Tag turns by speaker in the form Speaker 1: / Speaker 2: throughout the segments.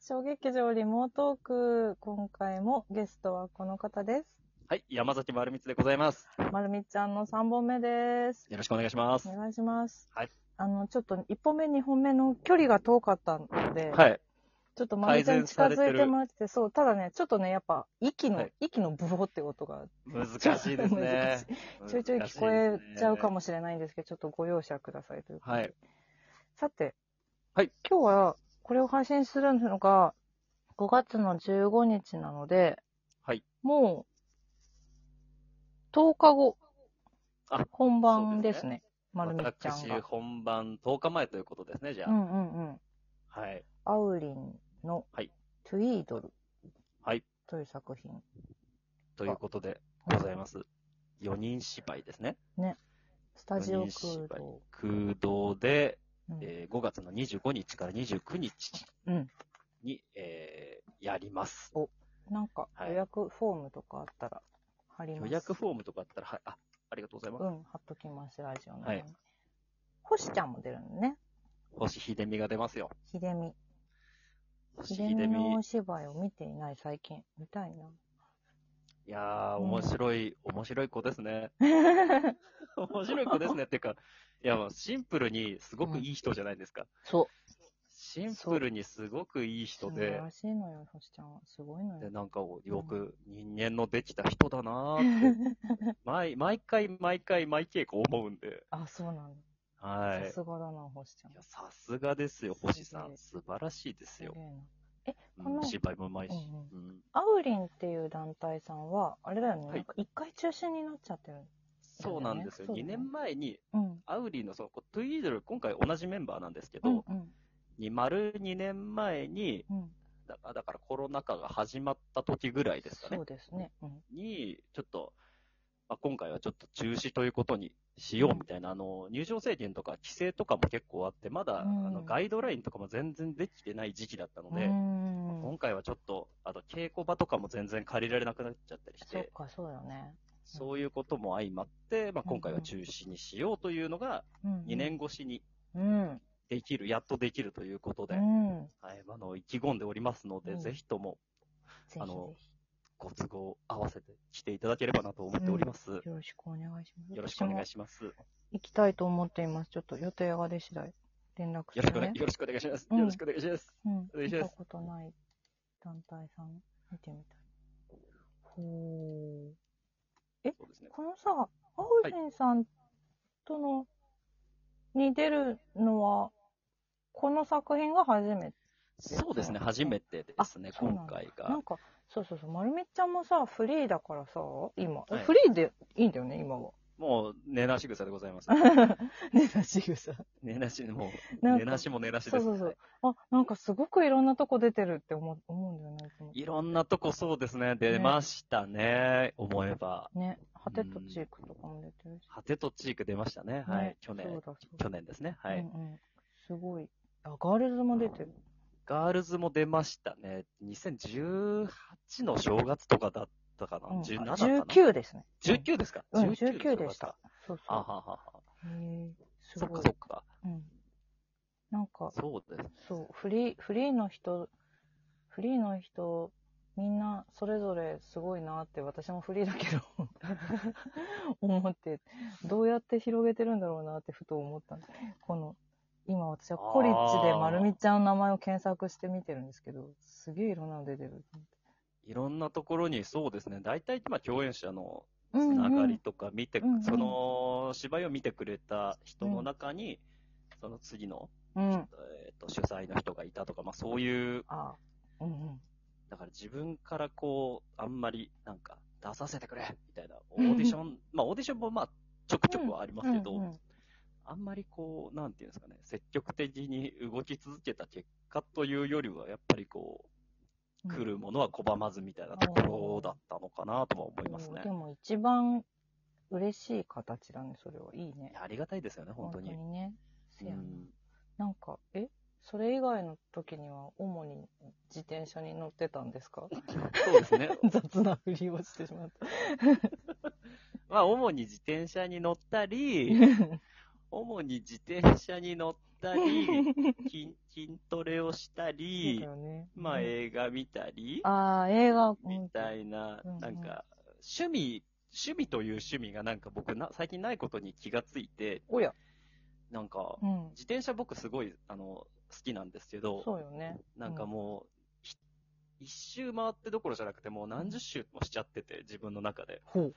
Speaker 1: 小劇場リモートーク、今回もゲストはこの方です。
Speaker 2: はい、山崎丸光でございます。
Speaker 1: まるみちゃんの3本目です。
Speaker 2: よろしくお願いします。
Speaker 1: お願いします。
Speaker 2: はい。
Speaker 1: あの、ちょっと1本目、2本目の距離が遠かったので、
Speaker 2: はい。
Speaker 1: ちょっとまるみちゃんに近
Speaker 2: 改善さ
Speaker 1: づ
Speaker 2: れ
Speaker 1: い
Speaker 2: て
Speaker 1: て
Speaker 2: る
Speaker 1: もらって、そう、ただね、ちょっとね、やっぱ、息の、
Speaker 2: はい
Speaker 1: 息のブローって音が
Speaker 2: 難しいですね。
Speaker 1: ちょいちょい聞こえちゃうかもしれないんですけど、ちょっとご容赦くださいということで。
Speaker 2: はい
Speaker 1: さて、
Speaker 2: はい
Speaker 1: 今日はこれを配信するのが5月の15日なので、
Speaker 2: はい
Speaker 1: もう10日後、
Speaker 2: あ
Speaker 1: 本番ですね、ま
Speaker 2: 難
Speaker 1: る
Speaker 2: しい
Speaker 1: みちゃ
Speaker 2: です
Speaker 1: ん
Speaker 2: ね。
Speaker 1: が。
Speaker 2: 私、本番10日前ということですね、じゃ
Speaker 1: う
Speaker 2: あ。
Speaker 1: んうんうん。
Speaker 2: はい。
Speaker 1: アウリンの
Speaker 2: はい
Speaker 1: トゥイードル
Speaker 2: はい。
Speaker 1: という作品。
Speaker 2: ということでございます。4人芝居ですね。
Speaker 1: スタジオ
Speaker 2: 四人
Speaker 1: 空
Speaker 2: 芝居
Speaker 1: 洞。
Speaker 2: 空洞で、
Speaker 1: うん
Speaker 2: えー5月の25日から29日
Speaker 1: うん
Speaker 2: に、えーやります。
Speaker 1: なんか
Speaker 2: はい
Speaker 1: 予約フォームとかあったら貼りま
Speaker 2: 予
Speaker 1: す。
Speaker 2: 約フォームとかあったら、はい。あ、ありがとうございます。
Speaker 1: うん、貼っときます、ラジオの方に。
Speaker 2: はい
Speaker 1: 星ちゃんも出るのね、
Speaker 2: 星秀美が出ますよ。
Speaker 1: 秀美。
Speaker 2: 星
Speaker 1: 秀
Speaker 2: 秀
Speaker 1: 美の
Speaker 2: 美
Speaker 1: お。芝居を見ていない最近。見たい
Speaker 2: いやー、
Speaker 1: うん
Speaker 2: 面白い、面白い子ですね。
Speaker 1: な。
Speaker 2: 面白い子ですね。っていうか、いや、もうシンプルにすごくいい人じゃないですか。
Speaker 1: そう。
Speaker 2: シンプルにすごくいい人
Speaker 1: 素
Speaker 2: で
Speaker 1: 晴、らしいのよ、星ちゃんは。すごいの
Speaker 2: で
Speaker 1: よ。
Speaker 2: なんかこうよく人間のできた人だなーって、毎毎回毎回毎稽古思うんで、
Speaker 1: あ、そうなんだ。
Speaker 2: は
Speaker 1: さ
Speaker 2: い。
Speaker 1: すがだな、星ちゃん
Speaker 2: いや。さすがですよ、星さん。素晴らしいですす
Speaker 1: げ
Speaker 2: よ
Speaker 1: え。な。
Speaker 2: う
Speaker 1: この
Speaker 2: ん、芝居もうまいし。
Speaker 1: う
Speaker 2: うん
Speaker 1: アウリンっていう団体さんは、あれだよね、
Speaker 2: はい
Speaker 1: なんか一回中止になっちゃってる。
Speaker 2: そうなんですよ。
Speaker 1: そうだよ
Speaker 2: 2
Speaker 1: ね
Speaker 2: 年前に、
Speaker 1: うん。
Speaker 2: アウリーのそのトゥイードル、今回同じメンバーなんですけ
Speaker 1: う
Speaker 2: ど、
Speaker 1: んうん。
Speaker 2: に丸2年前に、
Speaker 1: うん。
Speaker 2: だだからコロナ禍が始まった時ぐらいですかね
Speaker 1: そ。うですね。うん。
Speaker 2: に、ちょっと、まあ、今回はちょっと中止ということにしようみたいな、あの、入場制限とか規制とかも結構あって、まだ、
Speaker 1: うん
Speaker 2: あのガイドラインとかも全然できてない時期だったので、
Speaker 1: うーん
Speaker 2: 今回はちょっと、あと稽古場とかも全然借りられなくなっちゃったりし、
Speaker 1: そってか、そうだよね。
Speaker 2: そういうことも相まって、まあ、
Speaker 1: うんうん
Speaker 2: 今回は中止にしようというのが、
Speaker 1: うんうん
Speaker 2: 2年越しに
Speaker 1: うん。
Speaker 2: できる、やっとできるということで、
Speaker 1: うん。
Speaker 2: はい、あの、意気込んでおりますので、
Speaker 1: うん
Speaker 2: ぜひとも
Speaker 1: ぜひぜ
Speaker 2: あの
Speaker 1: ひ。
Speaker 2: ご都合合わせて来ていただければなと思っております。
Speaker 1: よろしくお願いします。
Speaker 2: よろしくお願い
Speaker 1: ます。
Speaker 2: します。
Speaker 1: 行きたいと思っています。ちょっと予定が出次第、連絡
Speaker 2: よろしくお願い、よろしくお願いします。
Speaker 1: うん
Speaker 2: よろしくお願いします。
Speaker 1: うん。
Speaker 2: 願い
Speaker 1: 見
Speaker 2: します
Speaker 1: たことない団体さん、見てみたい。ほ
Speaker 2: そうですね。
Speaker 1: ー。このさ、アウジンさんとの、に出るのは、この作品が初めて。
Speaker 2: そうですね。初めてですね
Speaker 1: あ、そうなんだ
Speaker 2: 今回
Speaker 1: な
Speaker 2: が
Speaker 1: ん。か、そうそうそう、まるみちゃんもさ、フリーだからさ、今。え
Speaker 2: はい
Speaker 1: フリーでいいんだよね、今は。
Speaker 2: もう、寝なし草でございます。
Speaker 1: ね、なしぐさ。
Speaker 2: 寝なし、もう、
Speaker 1: なんか
Speaker 2: 寝なしも寝なしです。
Speaker 1: そうそうそう。あ、なんかすごくいろんなとこ出てるって思う思うんだよね、いつも
Speaker 2: いろんなとこそうですね。出ましたね。思えば。
Speaker 1: ね、果てとチークとかも出てるし。
Speaker 2: 果てとチーク出ましたね。はい。
Speaker 1: そ
Speaker 2: 去
Speaker 1: う
Speaker 2: 年
Speaker 1: だ、そうだ。
Speaker 2: 去年ですね。はい。
Speaker 1: うんうん。すごい。あ、ガールズも出てる。
Speaker 2: ガールズも出ましたね。2018の正月とかだったかな。
Speaker 1: うん、
Speaker 2: 17
Speaker 1: あ
Speaker 2: かな。
Speaker 1: 19ですね。
Speaker 2: 19ですか
Speaker 1: うん、
Speaker 2: 19
Speaker 1: 19
Speaker 2: の
Speaker 1: でし
Speaker 2: 正月か
Speaker 1: た。。そう
Speaker 2: あは
Speaker 1: そ
Speaker 2: はは。
Speaker 1: う。へえ、す
Speaker 2: そっ
Speaker 1: ご
Speaker 2: か
Speaker 1: い
Speaker 2: そっ。か。
Speaker 1: うん。なんか、
Speaker 2: そうです。
Speaker 1: そう、フリー、フリーの人、フリーの人、みんなそれぞれすごいなって、私もフリーだけど、 思って、どうやって広げてるんだろうなってふと思ったんです。この、今私はコリッジで
Speaker 2: あー
Speaker 1: まるみちゃんの名前を検索して見てるんですけど、すげえいろんなの出てる。
Speaker 2: いろんなところに、そうですね、大体今、共演者のつ
Speaker 1: うんうん
Speaker 2: ながりとか見て、
Speaker 1: うんうん
Speaker 2: その芝居を見てくれた人の中に、その次の、
Speaker 1: うん。
Speaker 2: えー、と主催の人がいたとか、まあ、そういう、
Speaker 1: あーうんうん。
Speaker 2: だから自分からこう、あんまりなんか出させてくれみたいな、オーディション、まあ、オーディションもまあちょくちょくはありますけど、
Speaker 1: うんうん
Speaker 2: あんまりこう、なんていうんですかね、積極的に動き続けた結果というよりは、やっぱりこう、来るものは拒まずみたいなところだったのかなとは思いますね
Speaker 1: で。も一番嬉しい形だね、それは。いいね
Speaker 2: い。やありがたいですよね、本当に。
Speaker 1: ね。せやな
Speaker 2: うん
Speaker 1: なんか、えそれ以外の時には主に自転車に乗ってたん ですか
Speaker 2: そうですね。
Speaker 1: 雑なふりをしてしまった。
Speaker 2: まあ、主に自転車に乗ったり、主に自転車に乗った り、筋筋トレをした
Speaker 1: そうだ
Speaker 2: り、
Speaker 1: よね。
Speaker 2: まあ
Speaker 1: うん
Speaker 2: 映画見たり、
Speaker 1: ああ、映画。
Speaker 2: みた
Speaker 1: い。
Speaker 2: いな
Speaker 1: うん、
Speaker 2: なんか、趣味、趣味という趣味がなんか僕な、最近ないことに気がついて、
Speaker 1: おや。
Speaker 2: なんか、
Speaker 1: うん。
Speaker 2: 自転車僕すごい、あの、好きなんですけど、
Speaker 1: そうよね。
Speaker 2: なんかもう、ひ一周回ってどころじゃなくて、もう何十周もしちゃってて、自分の中 で。
Speaker 1: ほう。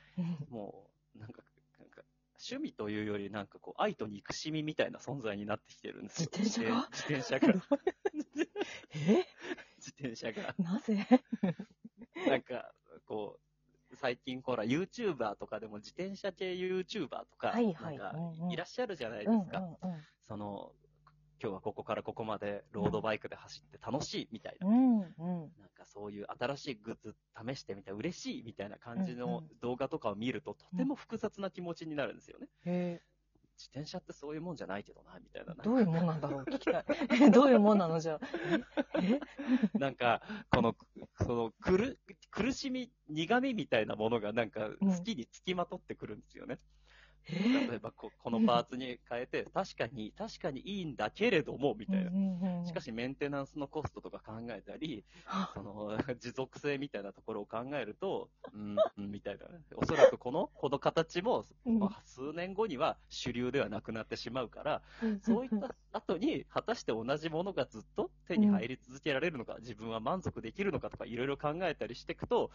Speaker 2: もう、なんか、なんか、趣味というより、なんかこう、愛と憎しみみたいな存在になってきてるんですよ。
Speaker 1: 自転車が
Speaker 2: 自転車が。自
Speaker 1: え
Speaker 2: 転車が。
Speaker 1: なぜ
Speaker 2: なんか、こう、最近ほら、YouTuber とかでも自転車系 YouTuber とか、
Speaker 1: はいはい
Speaker 2: なんか
Speaker 1: うんうん
Speaker 2: いらっしゃるじゃないで
Speaker 1: うんうん
Speaker 2: すか。その、今日はここからここまでロードバイクで走って楽しいみたいな。
Speaker 1: うん。うんうん。
Speaker 2: なんかそういう新しいグッズ試してみた嬉しいみたいな感じ
Speaker 1: うんう
Speaker 2: の
Speaker 1: ん
Speaker 2: 動画とかを見ると、とても複雑な気持ちになるんですよね。
Speaker 1: え
Speaker 2: 自転車ってそういうもんじゃないけどな、みたいな。
Speaker 1: ー、どういうもんなんだろう聞きたい。えどういうもんなのじゃあ。え
Speaker 2: なんか、この、その苦、苦しみ、苦みみたいなものがなんか、
Speaker 1: うん
Speaker 2: 好きにつきまとってくるんですよね。
Speaker 1: え
Speaker 2: 例えばこ、このパーツに変えて、確かに、確かにいいんだけれども、みたいな。しか
Speaker 1: し、
Speaker 2: し、メンテナンスのコストとか考えたり、
Speaker 1: は
Speaker 2: その、持続性みたいなところを考えると、うん、うんみたいなね。おそらくこの、この形も、
Speaker 1: うん
Speaker 2: まあ数年後には主流ではなくなってしまうから、そういった後に、果たして同じものがずっと手に入り続けられるのか、自分は満足できるのかとか、いろいろ考えたりしていくと、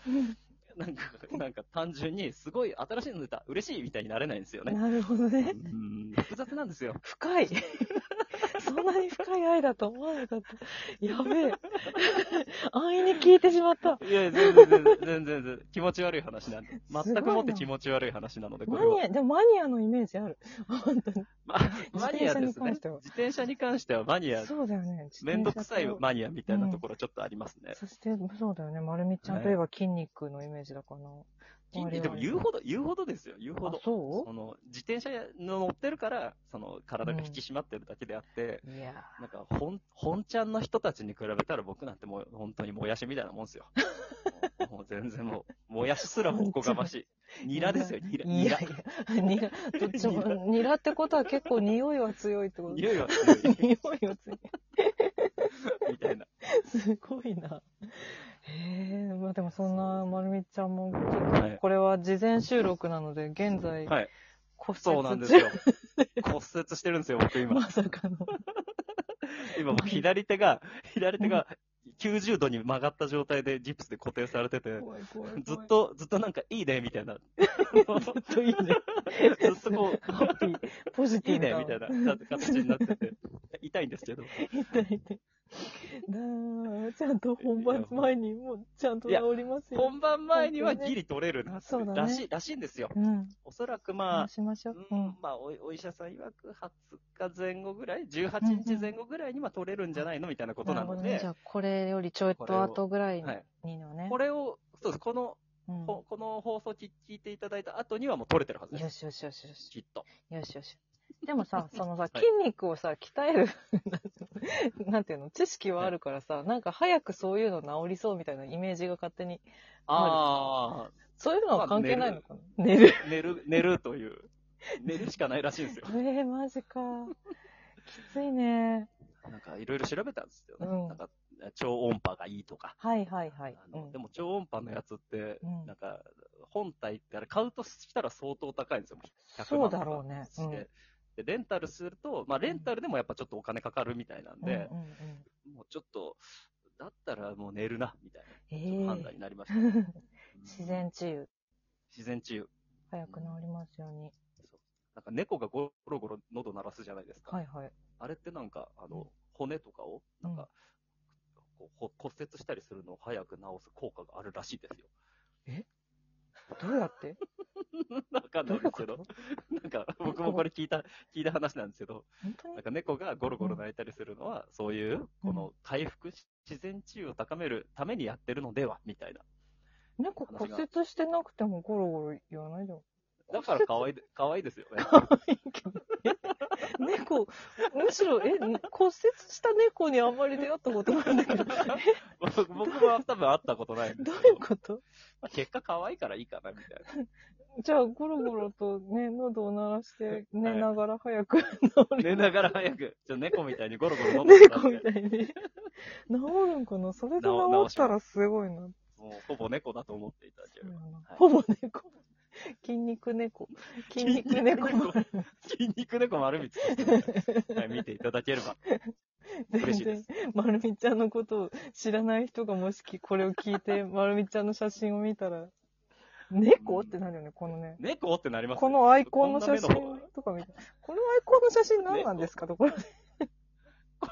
Speaker 2: なんか、なんか単純に、すごい新しいの出た、嬉しいみたいになれないんですよね。
Speaker 1: なるほどね。
Speaker 2: うん複雑なんですよ。
Speaker 1: 深い。 そんなに深い愛だと思わなかった。やべえ。安易に聞いてしまった。
Speaker 2: いや、全然全然、全然全然、 気持ち悪い話なんで。全くもって気持ち悪い話なので、こ
Speaker 1: マ
Speaker 2: れは
Speaker 1: ニ。ア、でもマニアのイメージある。本当に。
Speaker 2: まマニアです
Speaker 1: 自転
Speaker 2: ね。
Speaker 1: 車に関しては
Speaker 2: 自転車に関してはマニア、
Speaker 1: そうだよね。
Speaker 2: めんどくさい
Speaker 1: 自転車と
Speaker 2: マニアみたいなところちょっとありますね。
Speaker 1: そして、そうだよね。丸みちゃんといえば筋肉のイメージだからな。
Speaker 2: 筋
Speaker 1: 我々
Speaker 2: でも言うほど、言うほどですよ、言うほ
Speaker 1: あ
Speaker 2: ど、。
Speaker 1: そ
Speaker 2: その自転車の乗ってるから、その体が引き締まってるだけであって、
Speaker 1: ういや
Speaker 2: なんか本、本ちゃんの人たちに比べたら僕なんてもう本当にもやしみたいなもん ですよ。もうもう全然もう、もやしすらもおこがましい。ニラですよ、ニラ。
Speaker 1: い
Speaker 2: ニ
Speaker 1: や
Speaker 2: ラ
Speaker 1: い。や、 ニラ、どっち も、ニラってことは結構匂いは強いってこと
Speaker 2: 匂いは強い
Speaker 1: 匂いは強い。
Speaker 2: みたいな。
Speaker 1: すごいな。へえ、まあでもそんな丸みちゃんも、
Speaker 2: はい。
Speaker 1: これは事前収録なので、現在、
Speaker 2: はい。
Speaker 1: 骨折中、
Speaker 2: そうなんですよ。骨折してるんですよ、僕今。
Speaker 1: まさかの。
Speaker 2: 今僕左手が、左手が90度に曲がった状態でギプスで固定されてて、
Speaker 1: 怖い怖い怖い
Speaker 2: ずっ、と、ずっとなんかいいね、みたいな。ず
Speaker 1: ずっといいね。
Speaker 2: っとこ
Speaker 1: ハッピー、ポジ
Speaker 2: う、
Speaker 1: ティ
Speaker 2: いい
Speaker 1: ブ
Speaker 2: ね、みたいな形になってて、痛いんですけど。
Speaker 1: 痛い痛い。だーちゃんと本番前にもうちゃんと治りますよ。
Speaker 2: 本番前にはギリ取れるな、
Speaker 1: そうだね
Speaker 2: らしい、らしいんですよ。
Speaker 1: うん。
Speaker 2: おそらく
Speaker 1: そ
Speaker 2: ま
Speaker 1: う
Speaker 2: あ、
Speaker 1: しましょう。
Speaker 2: う
Speaker 1: うんん。
Speaker 2: まあお、お医者さん曰く20日前後ぐらい、18日前後ぐらいには取れるんじゃないのみたいなこと
Speaker 1: な
Speaker 2: な
Speaker 1: るほ
Speaker 2: の
Speaker 1: どね。
Speaker 2: で
Speaker 1: じゃ、あ、これよりちょっ
Speaker 2: これを
Speaker 1: と後ぐらい
Speaker 2: はい。
Speaker 1: にはね。
Speaker 2: これを、そうです、この、
Speaker 1: うん
Speaker 2: ここの放送聞聞いていただいた後にはもう取れてるはずです
Speaker 1: よ。しよしよしよし。
Speaker 2: きっと。
Speaker 1: よしよし。でも さ、そのさ、
Speaker 2: い
Speaker 1: 筋肉をさ、鍛える、なんていうの、知識はあるからさ、なんか早くそういうの治りそうみたいなイメージが勝手に。
Speaker 2: あ
Speaker 1: そういうのは関係ないのかな寝る。
Speaker 2: あ、寝る、寝るという。寝るしかないらしいんですよ。
Speaker 1: えー、マジか。きついね。
Speaker 2: なんかいろいろ調べたんですよね。
Speaker 1: うん
Speaker 2: なんか超音波がいいとか。
Speaker 1: はいはいはい。
Speaker 2: あの
Speaker 1: うん
Speaker 2: でも超音波のやつって、
Speaker 1: うん
Speaker 2: なんか本体ってあれ買うとしたら相当高いんですよ。100
Speaker 1: そう
Speaker 2: 万
Speaker 1: だろうね
Speaker 2: とかしてでレンタルすると、まあレンタルでもやっぱちょっとお金かかるみたいなんで、
Speaker 1: うんうんうん、
Speaker 2: もうちょっと、だったらもう寝るな、みたい
Speaker 1: え
Speaker 2: な、ちょっと判断になりました ね、
Speaker 1: ー
Speaker 2: うん
Speaker 1: 自然治癒。
Speaker 2: 自然治癒。
Speaker 1: 早く治りますように。
Speaker 2: そうなんか猫がゴロゴロ喉鳴らすじゃないですか。
Speaker 1: はいはい。
Speaker 2: あれってなんか、あの、
Speaker 1: うん
Speaker 2: 骨とかを、なん
Speaker 1: うん
Speaker 2: か、こうほ骨折したりするのを早く治す効果があるらしいですよ。
Speaker 1: どうやって
Speaker 2: わかん
Speaker 1: どう
Speaker 2: ない
Speaker 1: い
Speaker 2: で
Speaker 1: うこと
Speaker 2: すけど、なんか、僕もこれ聞いた、聞いた話なんですけど、
Speaker 1: 本当
Speaker 2: な
Speaker 1: に
Speaker 2: んか猫がゴロゴロ泣いたりするのは、そういう、この回復、自然治癒を高めるためにやってるのでは、みたいな。
Speaker 1: 猫骨折してなくてもゴロゴロ言わないじゃん。
Speaker 2: だから可愛いで、可愛いですよ ね。
Speaker 1: 猫、むしろ、え、骨折した猫にあんまり出会ったことないんだけど、
Speaker 2: 僕僕は多分会ったことないんで
Speaker 1: どう
Speaker 2: す
Speaker 1: い
Speaker 2: けど
Speaker 1: うこと
Speaker 2: まあ結果可愛いからいいかな、みたいな。
Speaker 1: じゃあ、ゴロゴロとね、喉を鳴らして寝
Speaker 2: はい
Speaker 1: ながら早く治る。
Speaker 2: 寝ながら早く、ちょ猫みたいにゴロゴロ喉鳴ら
Speaker 1: 猫
Speaker 2: し
Speaker 1: み
Speaker 2: て
Speaker 1: たいに。治るんかなそれで 治
Speaker 2: 治治
Speaker 1: っ
Speaker 2: したま
Speaker 1: らすごいな。
Speaker 2: もうほぼ猫だと思っていただければ。い
Speaker 1: ほぼ猫。筋肉猫。筋肉猫。
Speaker 2: 筋肉筋肉猫丸光さんですね、はい、見ていただければ。
Speaker 1: 全
Speaker 2: 嬉しいで
Speaker 1: 然
Speaker 2: す、
Speaker 1: まるみちゃんのことを知らない人がもしきこれを聞いて、まるみちゃんの写真を見た ら、猫ってなるよね、このね。
Speaker 2: 猫ってなりますね
Speaker 1: このアイコンの写真
Speaker 2: こんな目の方
Speaker 1: とか見て、このアイコンの写真何なんですかところで。こ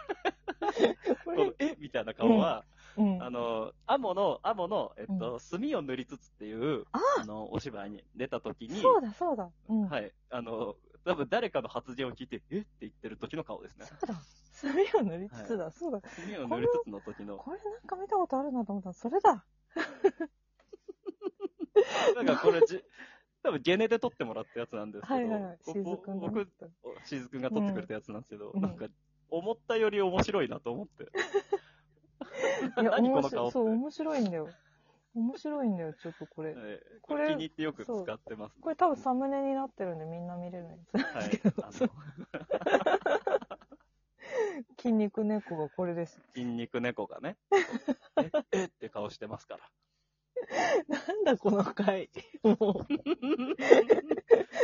Speaker 2: この
Speaker 1: れ、
Speaker 2: えみたいな顔は、
Speaker 1: うん。
Speaker 2: あの、アモの、アモの、えっと、
Speaker 1: う
Speaker 2: 墨を塗りつつっていう、
Speaker 1: あ
Speaker 2: あの、お芝居に出た時に、
Speaker 1: そうだ、そうだ。うん。
Speaker 2: はい、あの、多分誰かの発言を聞いて、えって言ってる時の顔ですね
Speaker 1: そ。うだ。墨を塗りつつだ、そうだ。
Speaker 2: 墨を塗りつつの時の、
Speaker 1: これなんか見たことあるなと思ったら、それだ。
Speaker 2: なんかこれじ、多分ゲネで撮ってもらったやつなんですけど、
Speaker 1: はいはいはい。し
Speaker 2: こ
Speaker 1: ず
Speaker 2: こ
Speaker 1: くんがね
Speaker 2: 僕、しずくんが撮ってくれたやつなんですけど、
Speaker 1: うん
Speaker 2: なんか、思ったより面白いなと思って。 何こ
Speaker 1: 面
Speaker 2: の
Speaker 1: 白
Speaker 2: 顔
Speaker 1: い。
Speaker 2: っ
Speaker 1: そう、
Speaker 2: て。
Speaker 1: 面白いんだよ。面白いんだよ、ちょっとこれ。
Speaker 2: ええ
Speaker 1: これ
Speaker 2: 気に入ってよく使ってます。
Speaker 1: これ多分サムネになってるんでみんな見れ ないやつ。
Speaker 2: はい。あ
Speaker 1: そ
Speaker 2: の
Speaker 1: う、筋肉猫がこれです。
Speaker 2: 筋肉猫 がね、ええって顔してますから。
Speaker 1: なんだこの回。もう、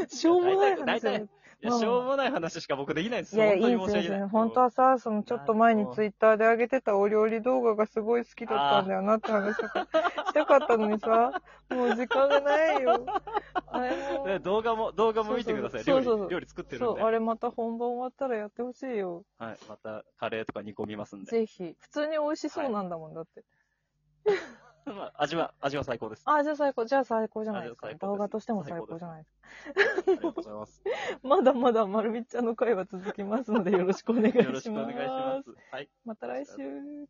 Speaker 1: しょうもない話だよ。
Speaker 2: いや、しょうもない話しか僕できないんです
Speaker 1: い
Speaker 2: よ。
Speaker 1: や、い
Speaker 2: 本
Speaker 1: い
Speaker 2: 当
Speaker 1: です
Speaker 2: に申
Speaker 1: よ
Speaker 2: し訳ない
Speaker 1: ね。。本当はさ、そのちょっと前にツイッターで上げてたお料理動画がすごい好きだったんだよなって話と かしたかったのにさ、もう時間がないよ。あれも
Speaker 2: ね動画も、動画も見てください。
Speaker 1: そ
Speaker 2: 料
Speaker 1: うそうそうそうそうそう
Speaker 2: 理、料理作ってる
Speaker 1: そ
Speaker 2: ん
Speaker 1: う、
Speaker 2: で。
Speaker 1: あ
Speaker 2: はい。
Speaker 1: れまた本番終わったらやってほしいよ。
Speaker 2: また、カレーとか煮込みますんで。
Speaker 1: ぜひ。普通に美味しそうなんだもん、だって。
Speaker 2: まあ、味は、味は最高です。あ
Speaker 1: あ、じゃあ最高、じゃあ最高じゃないです
Speaker 2: あ
Speaker 1: か
Speaker 2: じゃあ最。高で
Speaker 1: 動
Speaker 2: す
Speaker 1: 画としても最高じゃないです
Speaker 2: りがとうございます。
Speaker 1: か。まだまだ丸みっちゃんの会は続きますので、よろしくお願いします。
Speaker 2: よろしくお願いします。はい。
Speaker 1: また来週。